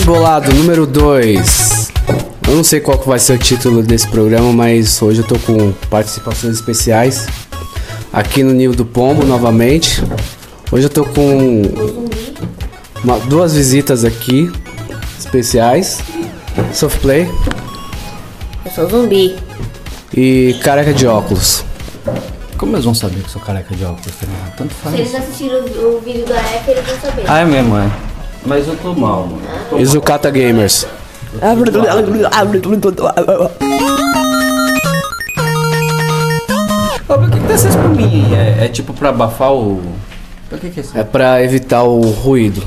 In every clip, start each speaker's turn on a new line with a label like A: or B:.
A: Embolado número 2. Eu não sei qual que vai ser o título desse programa, mas hoje eu tô com participações especiais aqui no Nível do Pombo novamente. Hoje eu tô com uma- duas visitas aqui especiais. Softplay
B: Eu sou zumbi.
A: e careca de óculos.
C: Como eles vão saber que eu sou careca de óculos? tá ligado? Tanto
B: Se
C: faz.
B: eles assistiram o, o vídeo da F, eles vão saber.
C: Ah, é mesmo, mãe. Mas eu tô mal, mano.
A: E Zucata Gamers.
C: Ô, Por que, que tá essas pluminhas aí? É, é tipo pra abafar o. Por que que é isso?
A: É pra evitar o ruído.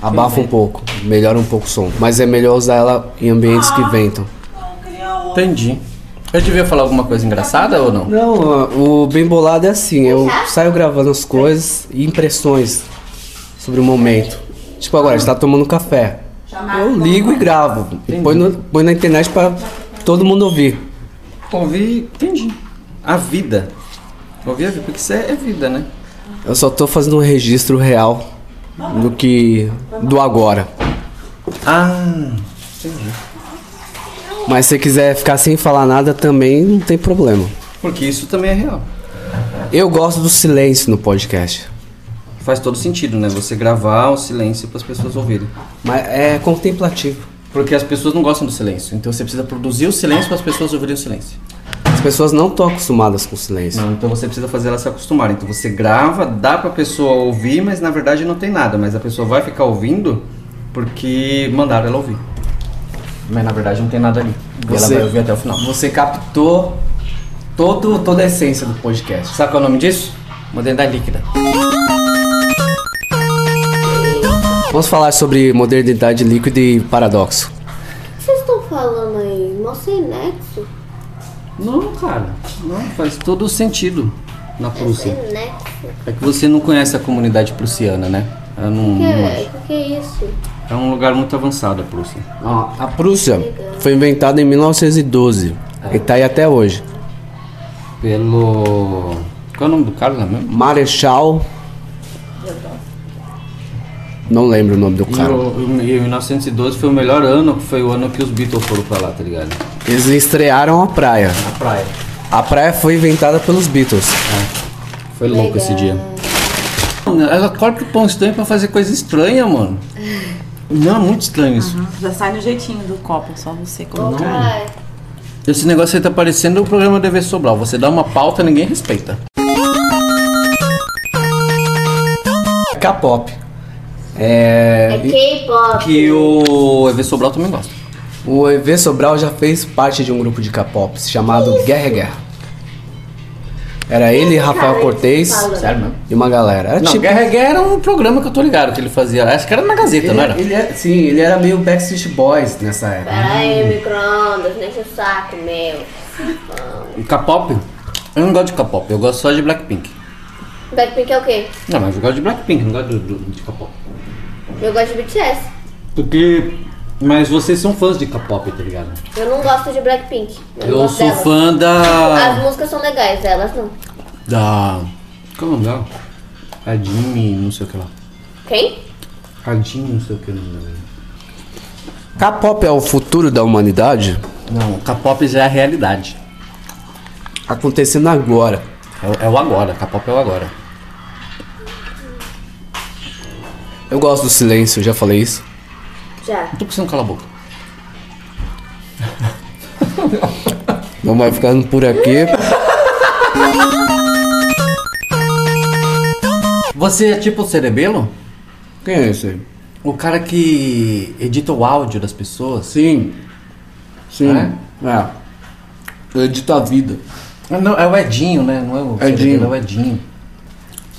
A: Abafa um pouco, melhora um pouco o som. Mas é melhor usar ela em ambientes que ventam.
C: Entendi. Eu devia falar alguma coisa engraçada ou não?
A: Não, ó, o bem bolado é assim, eu saio gravando as coisas e impressões sobre o momento. Tipo agora, a gente tá tomando café. Eu ligo e gravo. E põe, no- põe na internet pra todo mundo ouvir.
C: Ouvi. Entendi. A vida. Ouvi a vida, porque isso é, é vida, né?
A: Eu só tô fazendo um registro real do que. do agora.
C: Ah.
A: Mas se quiser ficar sem falar nada também não tem problema.
C: Porque isso também é real.
A: Eu gosto do silêncio no podcast.
C: Faz todo sentido, né? Você gravar o silêncio para as pessoas ouvirem.
A: Mas é contemplativo.
C: Porque as pessoas não gostam do silêncio. Então você precisa produzir o silêncio para as pessoas ouvirem o silêncio.
A: As pessoas não estão acostumadas com o silêncio.
C: Não, então você precisa fazer elas se acostumarem. Então você grava, dá pra pessoa ouvir, mas na verdade não tem nada. Mas a pessoa vai ficar ouvindo porque mandaram ela ouvir. Mas na verdade não tem nada ali. E ela
A: Você-
C: vai ouvir até o final.
A: Você captou todo, toda a essência do podcast.
C: Sabe qual é o nome disso? Modernidade líquida.
A: Vamos falar sobre modernidade líquida e paradoxo.
B: O que vocês estão falando aí? Mó sem nexo.
C: Não, cara. Não, faz todo sentido na
B: Sem
C: Prússia.
B: nexo.
C: É que você não conhece a comunidade prussiana, né? Eu não,
B: Que,
C: não acho.
B: que, que é isso?
C: É um lugar muito avançado a Prússia.
A: Ó, A Prússia foi inventada em 1912 e tá aí até hoje.
C: Pelo. Qual é o nome do cara lá mesmo?
A: Marechal. Não lembro o nome do
C: E
A: cara.
C: o, e o 1912 foi o melhor ano, foi o ano que os Beatles foram pra lá, tá ligado?
A: Eles estrearam a praia.
C: Na praia.
A: A praia foi inventada pelos Beatles.
C: Foi louco esse dia. Mano, Ela corta o pão estranho pra fazer coisa estranha, mano. Não, é muito estranho isso.
D: Já sai no jeitinho do copo, só você colocar.
B: Ai,
C: Esse negócio aí tá parecendo o programa Dever Sobral. Você dá uma pauta, ninguém respeita.
A: K-pop. É,
B: é K-pop.
C: Que o EV Sobral também gosta.
A: O EV Sobral já fez parte de um grupo de K-pop chamado Guerra é Guerra. Era ele, Rafael
B: cara
A: Cortez
B: fala?
C: Sério mesmo?
A: e uma galera. Era
C: Não,
A: tipo-
C: Guerra é Guerra era um programa que eu tô ligado que ele fazia. Acho que era na Gazeta,
A: ele,
C: não era?
A: ele é- sim, ele era meio Backstreet Boys nessa época.
B: Peraí, micro-ondas, deixa o saco meu.
C: O K-pop? Eu não gosto de K-pop, eu gosto só de Blackpink.
B: Blackpink é o quê?
C: Não, mas eu gosto de Blackpink, não gosto do, do- de K-pop.
B: Eu gosto de BTS.
C: Porque. Mas vocês são fãs de K-pop, tá ligado?
B: Eu não gosto de Blackpink. Eu, não
C: Eu
B: gosto
C: sou
B: delas.
C: fã
B: As
C: da.
B: músicas são legais, elas não.
C: Da. Como é o nome dela? A Jimmy, não sei o que lá.
B: Quem?
C: A Jimmy, não sei o que não nome dela.
A: K-pop é o futuro da humanidade?
C: Não, K-pop já é a realidade.
A: Acontecendo agora.
C: É, o- é o agora, K-pop é o agora.
A: Eu gosto do silêncio, já falei isso.
B: Já.
C: Não tô precisando calar a boca.
A: Vamos vai ficando por aqui.
C: Você é tipo o cerebelo?
A: Quem é esse aí?
C: O cara que edita o áudio das pessoas?
A: Sim. Sim. É. Eu edito a vida.
C: Ah, Não, é o Edinho, né? Não é o
A: Edinho.
C: Cerebelo, é o Edinho.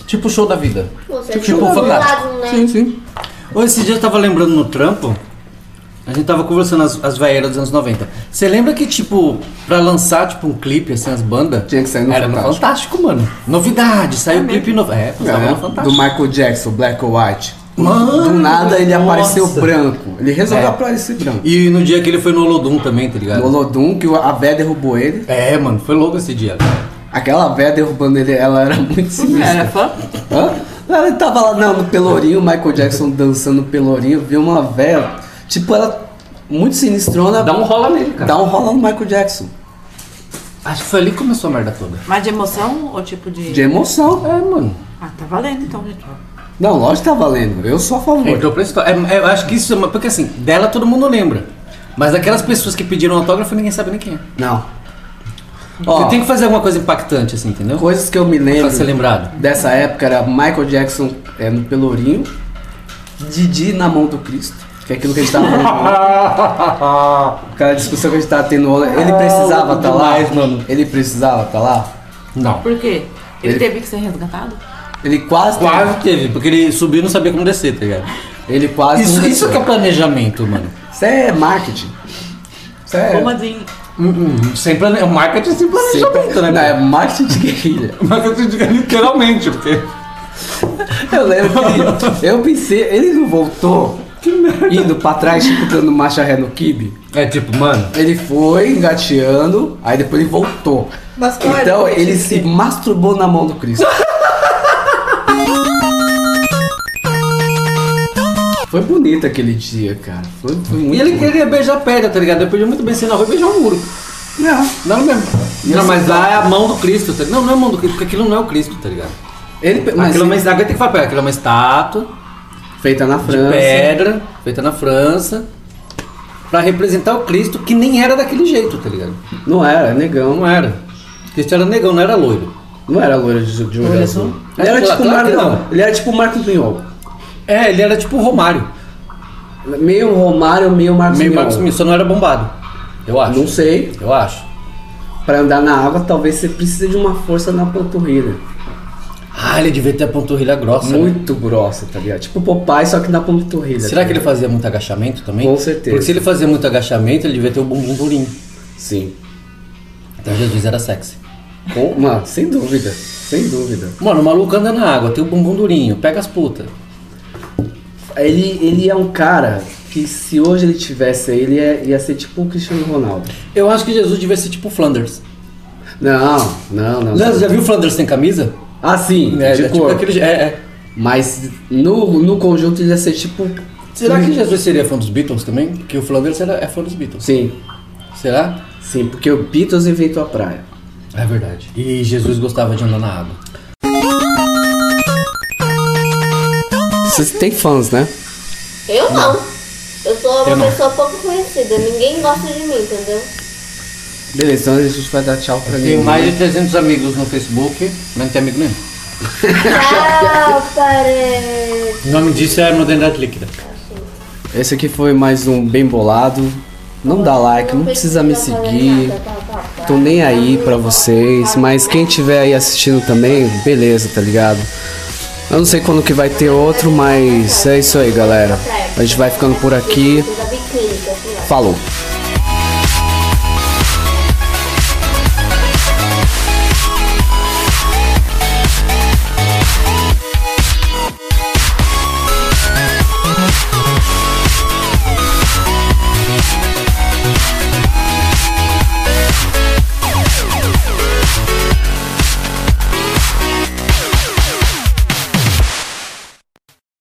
C: Tipo o show da vida.
B: Você
C: tipo
B: é
C: o fantástico.
B: lado, né?
A: Sim, sim.
C: Ô, Esse dia eu tava lembrando no trampo, a gente tava conversando as, as veieiras dos anos 90. Você lembra que, tipo, pra lançar, tipo, um clipe, assim, as bandas...
A: Tinha que sair no
C: Era no
A: Fantástico.
C: Fantástico, mano. Novidade, saiu o clipe novo. É, passava no
A: É, do
C: Fantástico.
A: Michael Jackson, Black or White.
C: Mano,
A: do nada ele
C: nossa.
A: apareceu branco. Ele resolveu
C: É.
A: aparecer branco.
C: E no dia que ele foi no Olodum também, tá
A: O
C: ligado?
A: Olodum, que a Vé derrubou ele.
C: É, mano, foi louco esse dia.
A: Aquela Vé derrubando ele, ela era muito sinistra.
D: Era fã?
A: Hã? Ela tava lá não, no Pelourinho, o Michael Jackson dançando no Pelourinho, viu uma vela. Tipo, ela muito sinistrona.
C: Dá um rola nele, cara.
A: Dá um rola no Michael Jackson.
C: Acho que foi ali que começou a merda toda.
D: Mas de emoção ou tipo de.
A: De emoção.
C: É, mano.
D: Ah, tá valendo então, gente.
A: Não, lógico que tá valendo. Eu sou a favor.
C: Entrou pra história. É, é, eu acho que isso. é uma- Porque assim, dela todo mundo lembra. Mas daquelas pessoas que pediram autógrafo, ninguém sabe nem quem é.
A: Não. Ó,
C: Você tem que fazer alguma coisa impactante, assim, entendeu?
A: coisas que eu me lembro
C: Pra ser Tá lembrado.
A: dessa época era Michael Jackson é, no Pelourinho, Didi na mão do Cristo, que é aquilo que a gente tava falando.
C: Ah.
A: Aquela discussão que a gente tava tendo ontem. Ele precisava estar lá.
C: demais, mano.
A: Ele precisava estar lá.
C: Não.
D: Por quê? Ele,
A: Ele-
D: teve que ser resgatado?
A: Ele quase.
C: Quase teve, porque ele subiu e não sabia como descer, tá ligado?
A: Ele quase.
C: Isso,
A: não
C: isso que
A: desceu.
C: é planejamento, mano.
A: Isso é marketing. Isso é.
D: Como assim?
C: Hum, hum, Sem plane... Marketing sem planejamento,
A: Sempre-
C: né?
A: Não,
C: cara?
A: é marketing de guerrilha.
C: Marketing de- literalmente, porque.
A: Eu lembro que eu pensei, ele não voltou indo pra trás, tipo, dando marcha ré no kibe.
C: É tipo, mano.
A: Ele foi engateando, aí depois ele voltou.
D: Mas qual era
A: Então
D: o
A: ele se masturbou na mão do Cristo. Foi bonito aquele dia, cara. Foi, foi muito
C: E ele
A: bonito.
C: queria beijar a pedra, tá ligado? Eu podia muito bem ser na rua e beijar um muro.
A: Não.
C: Não mesmo. Não, mas lá é a mão do Cristo, tá ligado? Não, não é a mão do Cristo, porque aquilo não é o Cristo, tá ligado?
A: Ele, mas
C: aquilo é uma, agora tem que falar pra ela, aquilo é uma estátua
A: feita na
C: de
A: França.
C: pedra, feita na França, pra representar o Cristo que nem era daquele jeito, tá ligado?
A: Não era,
C: Então
A: negão.
C: não era. O Cristo era negão, não era loiro.
A: Não era loira de, de olho
D: Olha
A: azul.
D: só.
A: Ele era
C: Claro
A: tipo o Marco,
C: que não.
A: não. Ele era tipo o Marcos Mion.
C: É, ele era tipo o Romário.
A: Meio Romário, meio Marcos
C: meio
A: Mion.
C: Marcos Mion, só não era bombado. Eu acho.
A: Ah, Não sei.
C: Eu acho.
A: Pra andar na água, talvez você precise de uma força na panturrilha.
C: Ah, ele devia ter a panturrilha grossa. né?
A: Muito grossa, tá ligado? Tipo Popeye, só que na panturrilha.
C: Será
A: tá
C: que ele
A: ligado?
C: fazia muito agachamento também?
A: Com certeza.
C: Porque se ele fazia muito agachamento, ele devia ter o bumbum durinho.
A: Sim.
C: Então Jesus era sexy.
A: Com- Mano, sem dúvida. Sem dúvida.
C: Mano, o maluco anda na água, tem o bumbum durinho, pega as putas.
A: Ele, ele é um cara que se hoje ele tivesse aí, ele ia, ia ser tipo o Cristiano Ronaldo.
C: Eu acho que Jesus devia ser tipo o Flanders.
A: Não, não, não.
C: Léo, você já viu o Flanders sem camisa?
A: Ah, sim,
C: É,
A: de
C: é, tipo
A: cor.
C: aquele- é, é.
A: Mas no, no conjunto ele ia ser tipo...
C: Será que Jesus seria fã dos Beatles também? Porque o Flanders era, é fã dos Beatles.
A: Sim,
C: Será?
A: sim. Porque o Beatles inventou a praia.
C: É verdade. E Jesus gostava de andar na água.
A: Vocês têm fãs, né?
B: Eu não. Eu sou uma
C: Eu não.
B: pessoa pouco conhecida. Ninguém gosta de mim, entendeu?
A: Beleza, então a gente vai dar tchau pra mim.
C: Tenho mais de 300 amigos no Facebook, mas não tem amigo nenhum.
B: Ah, parece.
C: O nome disso é modernidade líquida.
A: Esse aqui foi mais um bem bolado. Não dá like, não precisa me seguir. Tô nem aí pra vocês, mas quem tiver aí assistindo também, beleza, tá ligado? Eu não sei quando que vai ter outro, é mas é isso aí, galera. A gente vai ficando por aqui. Falou.